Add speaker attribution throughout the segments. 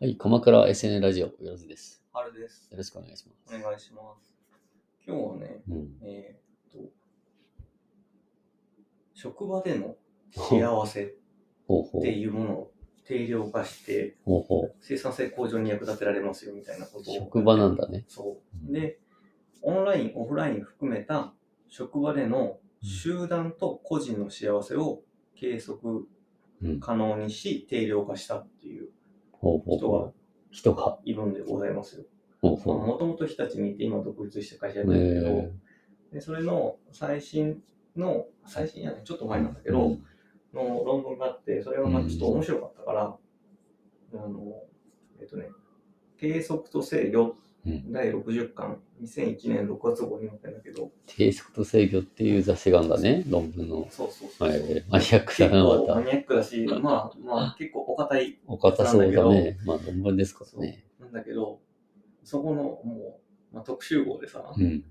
Speaker 1: はい、鎌倉 SN ラジオ、よろずです。
Speaker 2: 春です。
Speaker 1: よろしくお願いしま
Speaker 2: お
Speaker 1: す。
Speaker 2: 願いします。今日はね、
Speaker 1: うん、
Speaker 2: えーっと、職場での幸せっ
Speaker 1: ほうほう
Speaker 2: ていうものを定量化して
Speaker 1: ほうほう。
Speaker 2: 生産性向上に役立てられますよみたいなことを。
Speaker 1: 職場なんだね。
Speaker 2: そう。で、オンライン、オフライン含めた職場での集団と個人の幸せを計測
Speaker 1: うん、
Speaker 2: 可能にし定量化したっていう
Speaker 1: ほうほう
Speaker 2: 人
Speaker 1: ほ
Speaker 2: が
Speaker 1: う。人が。
Speaker 2: いるんでございますよ。
Speaker 1: ほうほう。
Speaker 2: もともと日立にいて今独立した会社や
Speaker 1: え
Speaker 2: ってるんだけど、
Speaker 1: ー
Speaker 2: で、それの最新の、最新じゃない、ちょっと前なんだけど、
Speaker 1: うん
Speaker 2: の論文があって、それがまあちょっと面白かったから、あの、えっとね、計測と制御、
Speaker 1: うん
Speaker 2: 第60巻、2001年6月号に載ってんだけど、
Speaker 1: 低速と制御っていう雑誌があるんだね、論文の。
Speaker 2: そうそうそう。
Speaker 1: はい、マニアックだ
Speaker 2: 結
Speaker 1: な、ま
Speaker 2: 構マ
Speaker 1: た。
Speaker 2: ニアックだし、まあまあ結構お堅い
Speaker 1: お堅そうだね。まあ、論文ですからね。
Speaker 2: なんだけど、そこのもう、まあ、特集号でさ、
Speaker 1: うん。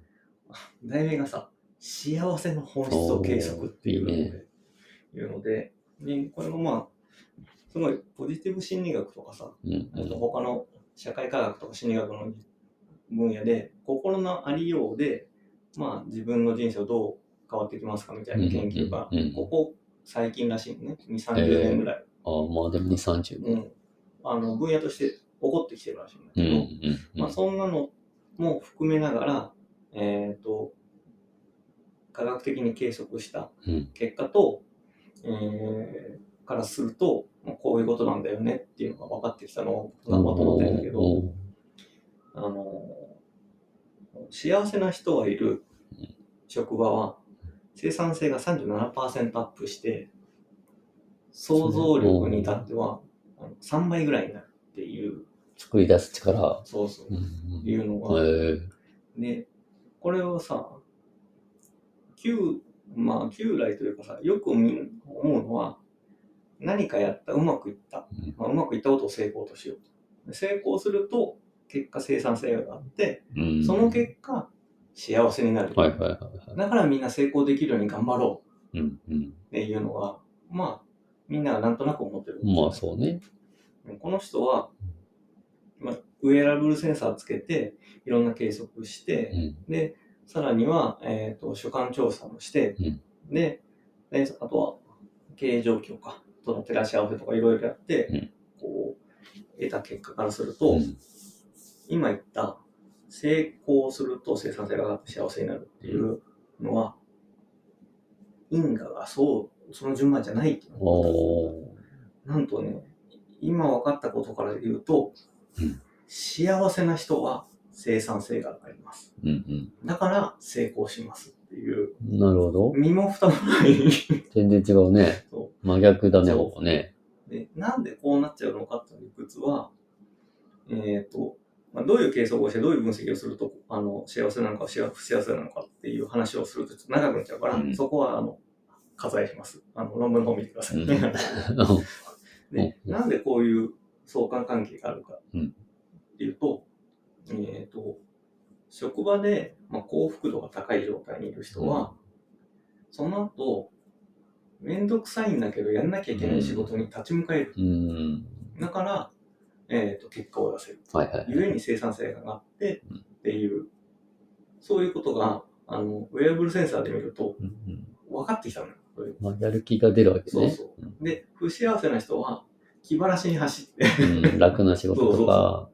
Speaker 2: 題名がさ、幸せの本質を計測っていうので、
Speaker 1: おーいい
Speaker 2: いうのででこれもまあ、すごいポジティブ心理学とかさ、
Speaker 1: うん。
Speaker 2: あと他の社会科学とか心理学の分野で、心のありようで、まあ自分の人生をどう変わってきますかみたいな研究が
Speaker 1: うんうんうんうん、
Speaker 2: ここ最近らしいのね、2、30年ぐらい、
Speaker 1: ああ、まあでも2、30
Speaker 2: う
Speaker 1: 年。
Speaker 2: んあの分野として起こってきてるらしいんだ
Speaker 1: う
Speaker 2: け
Speaker 1: ん
Speaker 2: ど、
Speaker 1: うん。
Speaker 2: まあ、そんなのも含めながら、えー、と科学的に計測した
Speaker 1: うん。
Speaker 2: 結果と、えーからすると、まあ、こういうことなんだよねっていうのが分かってきたのを頑張って思ってるんだけど、
Speaker 1: おー。
Speaker 2: あの幸せな人がいる職場は生産性が37%アップして想像力に至ってはあの3倍ぐらいになるっていう
Speaker 1: 作り出す力。
Speaker 2: そうそううんい
Speaker 1: うん。
Speaker 2: うのが、
Speaker 1: え
Speaker 2: で、これをさ、旧、まあ、旧来というかさ、よくみん思うのは、何かやった、うまくいった、
Speaker 1: うん
Speaker 2: まあ、うまくいったことを成功としよう。で成功すると、結果生産性があって、
Speaker 1: えうん。
Speaker 2: その結果、幸せになる。
Speaker 1: はいはいはいは
Speaker 2: だからみんな成功できるように頑張ろう
Speaker 1: い。うんうん。
Speaker 2: っていうのが、まあ、みんながなんとなく思ってること
Speaker 1: まあそうね。
Speaker 2: この人は、まあ、ウェアラブルセンサーつけて、いろんな計測して、
Speaker 1: うん。
Speaker 2: で、さらには、えー、と所管調査もして、
Speaker 1: うん
Speaker 2: でで、あとは経営状況か、との照らし合わせとかいろいろやって、
Speaker 1: うん
Speaker 2: こう得た結果からすると、
Speaker 1: うん
Speaker 2: 今言った成功すると生産性が上がって幸せになるっていうのは、因果がそう、その順番じゃないっていうのが
Speaker 1: おー。
Speaker 2: なんとね、今分かったことから言うと、
Speaker 1: うん
Speaker 2: 幸せな人は生産性が上がります。
Speaker 1: うん
Speaker 2: だから成功しますっていう、
Speaker 1: うん。なるほど。
Speaker 2: 身も蓋もない。
Speaker 1: 全然違うね。
Speaker 2: そ
Speaker 1: 真逆だね、
Speaker 2: そう
Speaker 1: ほぼね。
Speaker 2: でなんでこうなっちゃうのかっていう理屈は、えっ、と、まあ、どういう計測をして、どういう分析をすると、あの、幸せなのか、幸不幸せなのかっていう話をするとちょっと長くなっちゃうから、
Speaker 1: うん
Speaker 2: そこは、あの、割愛します。あの、論文の方見てください。
Speaker 1: うん
Speaker 2: で、なんでこういう相関関係があるか
Speaker 1: うん
Speaker 2: っていうと、えっ、と、職場で、まあ、幸福度が高い状態にいる人は、その後、めんどくさいんだけど、やんなきゃいけない仕事に立ち向かえる。
Speaker 1: うん。
Speaker 2: だから、えっ、と、結果を出せる。
Speaker 1: はいはい。
Speaker 2: ゆえに生産性が上がって
Speaker 1: うん
Speaker 2: っていう、そういうことが、あの、ウェアブルセンサーで見ると、
Speaker 1: うんうん
Speaker 2: 分かってきたのよ。そういう
Speaker 1: まあ、やる気が出るわけね。
Speaker 2: そうそ
Speaker 1: うん
Speaker 2: う。で、不幸せな人は、気晴らしに走って、
Speaker 1: うん、楽な仕事とか、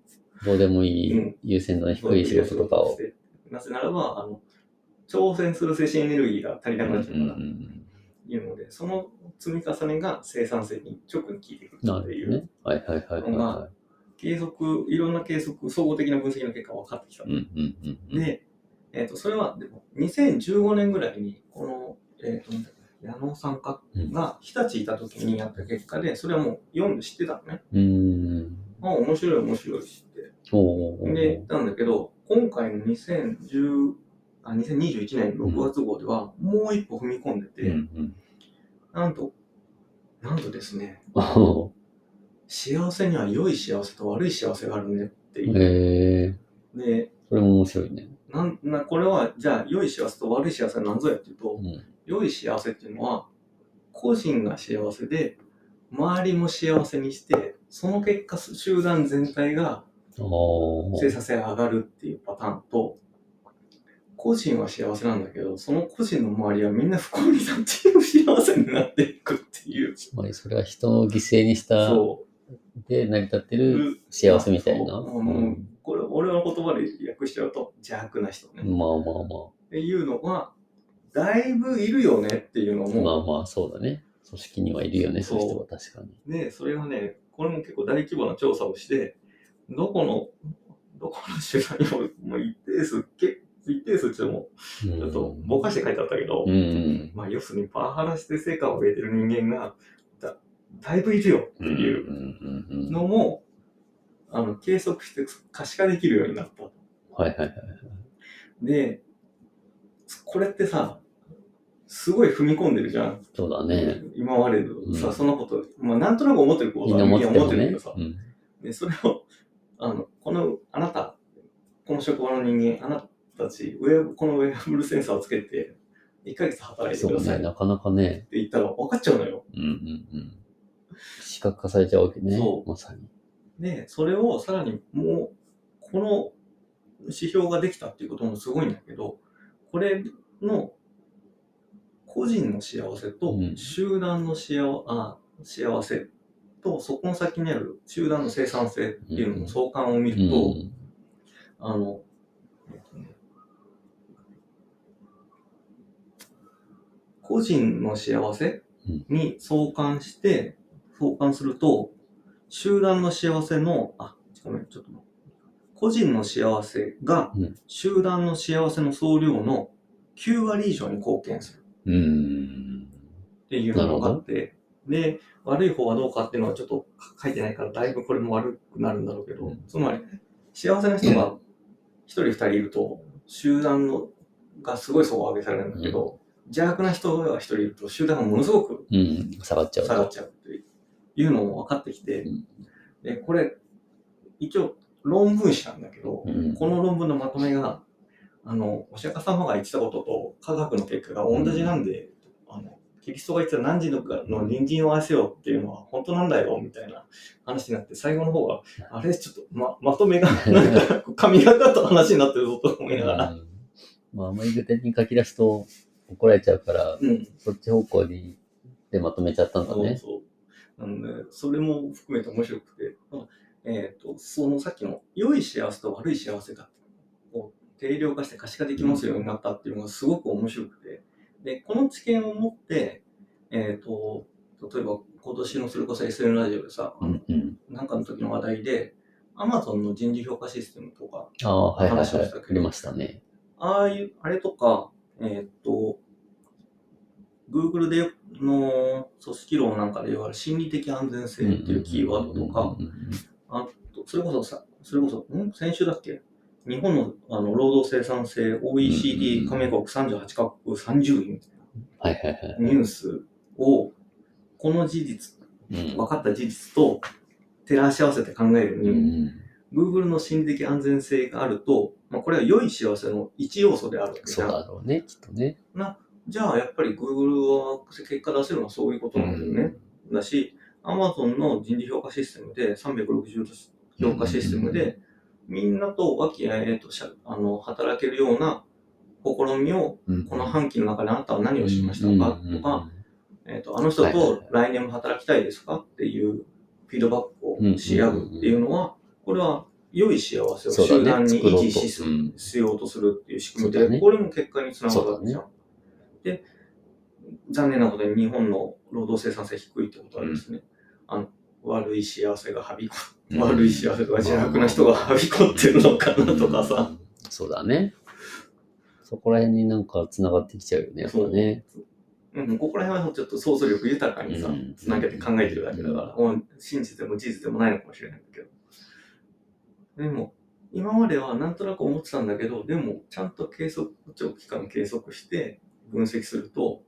Speaker 1: どうでもいい、
Speaker 2: うん
Speaker 1: 優先度の低い仕事とかを。。
Speaker 2: なぜならば、あの、挑戦する精神エネルギーが足り
Speaker 1: う
Speaker 2: なんく
Speaker 1: う
Speaker 2: なんっちゃうから
Speaker 1: う、ん
Speaker 2: いうので、その積み重ねが生産性に直に効いてくる
Speaker 1: な
Speaker 2: ってい
Speaker 1: る
Speaker 2: う、
Speaker 1: ほどね。はいはいはいはいは
Speaker 2: 計測、いろんな計測、総合的な分析の結果が分かってきた。
Speaker 1: い。うんうんうんうん。
Speaker 2: で、えっ、と、それは、でも、2015年ぐらいに、この、えっ、と、なんだっけ矢野さんか
Speaker 1: うん
Speaker 2: が日立いた時にやった結果で、それはもう読んで知ってたのね。
Speaker 1: うん。
Speaker 2: あ、面白い面白いしって。
Speaker 1: おーおーおー
Speaker 2: で、なんだけど、今回の2010あ2021年6月号では、もう一歩踏み込んでて、
Speaker 1: うんうん。
Speaker 2: なんと、なんとですね、
Speaker 1: おー
Speaker 2: 幸せには良い幸せと悪い幸せがあるねっていう。
Speaker 1: へえー、
Speaker 2: で、
Speaker 1: それも面白いね。
Speaker 2: なんなこれは、じゃあ、良い幸せと悪い幸せは何ぞやっていうと
Speaker 1: う、ん。
Speaker 2: 良い幸せっていうのは、個人が幸せで、周りも幸せにして、その結果、集団全体が
Speaker 1: お
Speaker 2: 生
Speaker 1: ー。
Speaker 2: 産性が上がるっていうパターンと、個人は幸せなんだけど、その個人の周りはみんな不幸になっていう幸せになっていくっていう。
Speaker 1: つまりそれは人を犠牲にした
Speaker 2: そ
Speaker 1: で成り立って
Speaker 2: う。
Speaker 1: る幸せみたいな。。
Speaker 2: そううもうんこれ、俺の言葉で訳しちゃうと、邪悪な人ね。
Speaker 1: まあまあま
Speaker 2: っていうのは、だいぶいるよねっていうの
Speaker 1: あ。まあ
Speaker 2: も、
Speaker 1: まあ、そうだね。組織にはいるよね、そういう人は確かに。
Speaker 2: ね、それがね、これも結構大規模な調査をして、どこの、どこの集団にももう一定数、け一定数っていうのも、
Speaker 1: うん
Speaker 2: ちょっとぼかして書いてあったけど、
Speaker 1: うん。
Speaker 2: まあ要するにパワハラして成果を上げてる人間がだ、だいぶいるよっていう
Speaker 1: うんうんうんうん。
Speaker 2: のも、あの、計測して可視化できるようになった。
Speaker 1: はいはいはい。
Speaker 2: で、これってさ、すごい踏み込んでるじゃん。
Speaker 1: そうだね。
Speaker 2: 今まで
Speaker 1: う
Speaker 2: さ、
Speaker 1: ん
Speaker 2: そんなこと、まあ、なんとなく思ってるこ
Speaker 1: み
Speaker 2: と
Speaker 1: ん
Speaker 2: は
Speaker 1: な思っ
Speaker 2: み
Speaker 1: て
Speaker 2: んな
Speaker 1: て
Speaker 2: 思っ
Speaker 1: も
Speaker 2: てるけ
Speaker 1: ね
Speaker 2: どさ。、
Speaker 1: うん
Speaker 2: で、それを、あの、この、あなた、この職場の人間、あなたたち、ウェブ、このウェーブルセンサーをつけて、1ヶ月働いて
Speaker 1: そ
Speaker 2: くだ
Speaker 1: う
Speaker 2: さ
Speaker 1: ね、
Speaker 2: いって
Speaker 1: なかなかね。
Speaker 2: 言ったら分かっちゃうのよ。
Speaker 1: うんうんうん。視覚化されちゃうわけね。
Speaker 2: そう
Speaker 1: まさに。
Speaker 2: で、それをさらにもう、この指標ができたっていうこともすごいんだけど、これの、個人の幸せと
Speaker 1: うん
Speaker 2: 集団の幸,、あ幸せと、そこの先にある集団の生産性っていうのの相関を見ると、
Speaker 1: うん
Speaker 2: あの、個人の幸せ
Speaker 1: うん
Speaker 2: に相関して、相関すると、集団の幸せの、あ、ごめん、ちょっと待って。個人の幸せが
Speaker 1: うん
Speaker 2: 集団の幸せの総量の9割以上に貢献する
Speaker 1: うん。
Speaker 2: っていうのがあって、で、悪い方はどうかっていうのはちょっと書いてないから、だいぶこれも悪くなるんだろうけど、
Speaker 1: うん
Speaker 2: つまり、幸せな人が一人二人いると、集団のがすごい総合上げされるんだけど、邪悪な人が一人いると、集団がものすごく
Speaker 1: うん。下がっちゃう
Speaker 2: 下
Speaker 1: と。
Speaker 2: がっちゃうっていうのも分かってきて
Speaker 1: うん、
Speaker 2: で、これ、一応論文誌なんだけど、
Speaker 1: うん。
Speaker 2: この論文のまとめが、あの、お釈迦様が言ってたことと科学の結果が同じなんで、あの、キリストが言ってた何時のかの隣人を愛せよっていうのは本当なんだよ、みたいな話になって、最後の方が、あれ、ちょっとま、まとめが、なんか、神がかった話になってるぞと思いながら。
Speaker 1: うんまあ、あんまり具体的に書き出すと怒られちゃうから、
Speaker 2: うん。
Speaker 1: そっち方向にでまとめちゃったんだ
Speaker 2: そう
Speaker 1: ね。
Speaker 2: そう。なので、それも含めて面白くて、まあえっ、と、そのさっきの良い幸せと悪い幸せが、こう、定量化して可視化できますようになったっていうのがすごく面白くて、で、この知見を持って、えっ、と、例えば今年のそれこそ SN ラジオでさ、あ
Speaker 1: う
Speaker 2: の
Speaker 1: んうん。
Speaker 2: なんかの時の話題で、Amazon の人事評価システムとか、
Speaker 1: ああ、はいはいはい。
Speaker 2: 話をしたけど
Speaker 1: ありましたね。
Speaker 2: ああいう、あれとか、えーっと、Google での組織論なんかで言われる心理的安全性っていうキーワードとか
Speaker 1: う、んうんうん
Speaker 2: それこそさ、それこそ、ん先週だっけ日本のあの労働生産性
Speaker 1: うん
Speaker 2: OECD 加盟国38カ国30位みた
Speaker 1: は
Speaker 2: い
Speaker 1: いはいはい。
Speaker 2: なニュースを、この事実、
Speaker 1: うん
Speaker 2: 分かった事実と照らし合わせて考える
Speaker 1: う
Speaker 2: に、
Speaker 1: ん
Speaker 2: Google の心理的安全性があると、まあ、これは良い幸せの一要素であるわけじ
Speaker 1: そ
Speaker 2: ゃ。
Speaker 1: うんだろうね、きっとね。
Speaker 2: じゃあ、やっぱり Google は結果出せるのはそういうことなんだよね。だし、Amazon の人事評価システムで、360度評価システムで、みんなと和気あいあいとしゃあの働けるような試みを、
Speaker 1: うん。
Speaker 2: この半期の中であなたは何をしましたかとか、えっとあの人
Speaker 1: はいはいは
Speaker 2: と来年も働きたいですかっていうフィードバックをし合うっていうのは、これは良い幸せを
Speaker 1: そうだね
Speaker 2: 集
Speaker 1: 作
Speaker 2: 団に
Speaker 1: ろう
Speaker 2: 維
Speaker 1: と
Speaker 2: 持し
Speaker 1: うん
Speaker 2: しようとするっていう仕組み
Speaker 1: そ
Speaker 2: で、
Speaker 1: うだね
Speaker 2: これも結果につながるわけじゃん。で、残念なことに日本の労働生産性低いってことはですね、あの悪い幸せがはびこ、
Speaker 1: うん
Speaker 2: 悪い幸せとか邪悪な人がはびこってるのかなとかさ、
Speaker 1: うん。そうだね。そこら辺になんか繋がってきちゃうよね、やっぱね。
Speaker 2: うん、ここら辺はちょっと想像力豊かにさ
Speaker 1: うん、
Speaker 2: つなげて考えてるだけだから、もう真実でも事実でもないのかもしれないんだけど。でも、今まではなんとなく思ってたんだけど、でも、ちゃんと計測、長期間計測して分析すると、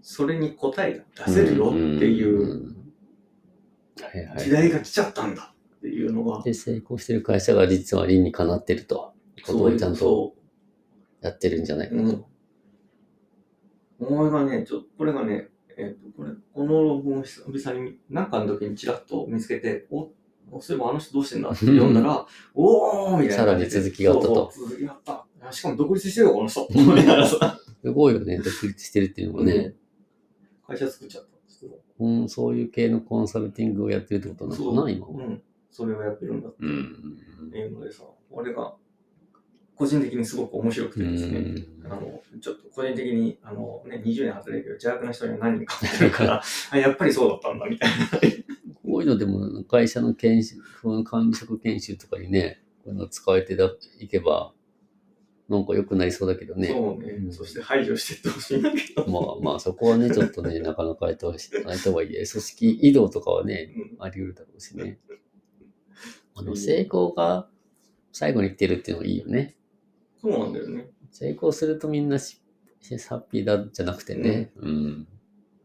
Speaker 2: それに答えが出せるよっていう
Speaker 1: うん。はいはい。
Speaker 2: 時代が来ちゃったんだっていうのが、
Speaker 1: で、成功してる会社が実は理にかなってると。こと
Speaker 2: そう
Speaker 1: をちゃんと
Speaker 2: そ
Speaker 1: やってるんじゃないか
Speaker 2: う
Speaker 1: と。
Speaker 2: ん。お前がね、ちょ、これがね、えっ、と、これ、この論文を久々に、なんかの時にちらっと見つけて、お、おそういえばあの人どうしてんだって読んだ ら、おーみたいな感じで。
Speaker 1: さらに続きがあったと
Speaker 2: そうそう続きがあった。あしかも独立してるよ、この人。思いながらさ
Speaker 1: すごいよね、独立してるっていうのがね。
Speaker 2: 会社作っちゃったんですけど。
Speaker 1: うん、そういう系のコンサルティングをやってるってことなのかな、今
Speaker 2: う
Speaker 1: は。
Speaker 2: ん。それをやってるんだって
Speaker 1: うん。
Speaker 2: いうのでさ、俺が、個人的にすごく面白くてですね。あ
Speaker 1: うん
Speaker 2: の、ちょっと個人的に、あの、ね、20年働いてる邪悪な人には何人かってるから、あ、やっぱりそうだったんだ、みたいな。
Speaker 1: こういうのでも、会社の研修、この管理職研修とかにね、こういうの使えてだいけば、なんか良くなりそうだけどね。
Speaker 2: そうね、
Speaker 1: うん
Speaker 2: そして排除してってほしいんだけど。
Speaker 1: まあまあ、そこはね、ちょっと ね、なかなか相手は、相手はいえ、組織移動とかはね、
Speaker 2: うん
Speaker 1: あり得るだろうしね。あの、成功が最後に来てるっていうのはいいよね。
Speaker 2: そうなんだよね。
Speaker 1: 成功するとみんなしハッピーだじゃなくてね、うん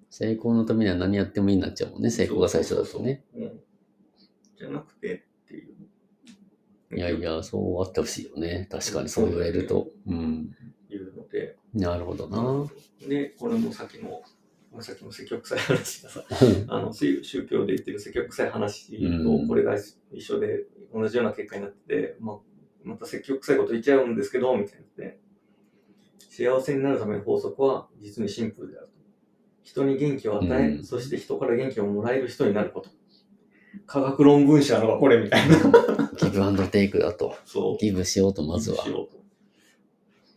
Speaker 1: 成功のためには何やってもいいになっちゃうもんね、成功が最初だとね。
Speaker 2: そうそうそう。うん。じゃなくてっていう。
Speaker 1: いやいや、そうあってほしいよね。確かにそう言われると。うん。
Speaker 2: いうので。
Speaker 1: なるほどな。
Speaker 2: で、これもさっきの、さっきの積極臭い話がさ、あの、宗宗教で言ってる積極臭い話
Speaker 1: うん
Speaker 2: とこれが一緒で、同じような結果になってて、まあ、また積極臭いこと言っちゃうんですけど、みたいなで、幸せになるための法則は実にシンプルであると。人に元気を与え、
Speaker 1: うん
Speaker 2: そして人から元気をもらえる人になること。科学論文者のはこれみた いな。
Speaker 1: ギブアンドテイクだと。
Speaker 2: そう。
Speaker 1: ギブしようと、まずは
Speaker 2: し。ようと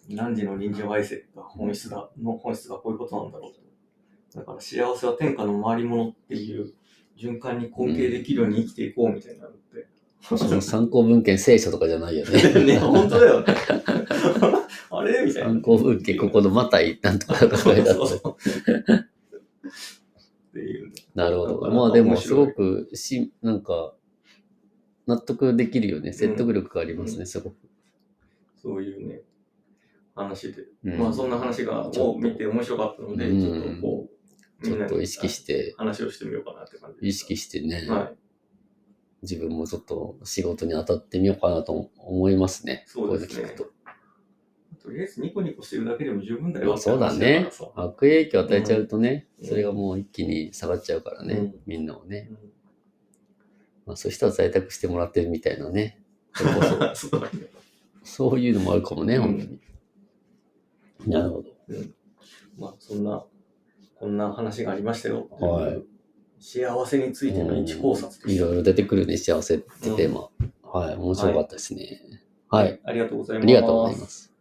Speaker 2: 何時の臨時を愛せが本質だ、の本質がこういうことなんだろうと。だから幸せは天下の回り物っていう循環に根茎できるように生きていこうみたいなのって。
Speaker 1: その参考文献聖書とかじゃないよ ね。
Speaker 2: ね、本当だよね。あれみたいな。
Speaker 1: 参考文献、ここのマタイ、なんとかが書
Speaker 2: そ
Speaker 1: いうてあっ
Speaker 2: そ
Speaker 1: た
Speaker 2: うそう。っていうね。
Speaker 1: なるほ
Speaker 2: なか
Speaker 1: ど。
Speaker 2: なか
Speaker 1: まあでも、
Speaker 2: 面
Speaker 1: す
Speaker 2: 白い
Speaker 1: ごくし、なんか、納得できるよね。説得力がありますね、
Speaker 2: うん
Speaker 1: すごく。
Speaker 2: そういうね、話で。
Speaker 1: うん
Speaker 2: まあそんな話が
Speaker 1: ちょっ
Speaker 2: を
Speaker 1: と
Speaker 2: 見て面白かったので、
Speaker 1: うん
Speaker 2: ちょっとこう、
Speaker 1: ちょっと意識
Speaker 2: て
Speaker 1: して、
Speaker 2: 話をしてみようかなって感じで
Speaker 1: 意
Speaker 2: した。
Speaker 1: 識してね、
Speaker 2: はい。
Speaker 1: 自分もちょっと仕事に当たってみようかなと思いますね。
Speaker 2: そうですね
Speaker 1: こいの聞く
Speaker 2: とりあえずニコニコしてるだけでも十分だよって
Speaker 1: そうだ
Speaker 2: 話から
Speaker 1: ね
Speaker 2: さ。
Speaker 1: と。悪影響与えちゃうとね、
Speaker 2: うん
Speaker 1: それがもう一気に下がっちゃうからね、
Speaker 2: うん
Speaker 1: みんなを
Speaker 2: う
Speaker 1: ね。
Speaker 2: ん
Speaker 1: まあ、そうしたら在宅してもらってるみたいな ね。それこそ
Speaker 2: そうだね
Speaker 1: そういうのもあるかもね、
Speaker 2: うん
Speaker 1: 本当に。なるほど。
Speaker 2: まあそんな、こんな話がありましたよ。
Speaker 1: はい。
Speaker 2: 幸せについての一考察で
Speaker 1: い
Speaker 2: した。
Speaker 1: ろいろ出てくるね、幸せってテーマ。はい、面白かったですね。はい、
Speaker 2: ありがとうござい
Speaker 1: あ
Speaker 2: ます。
Speaker 1: りがとうございます。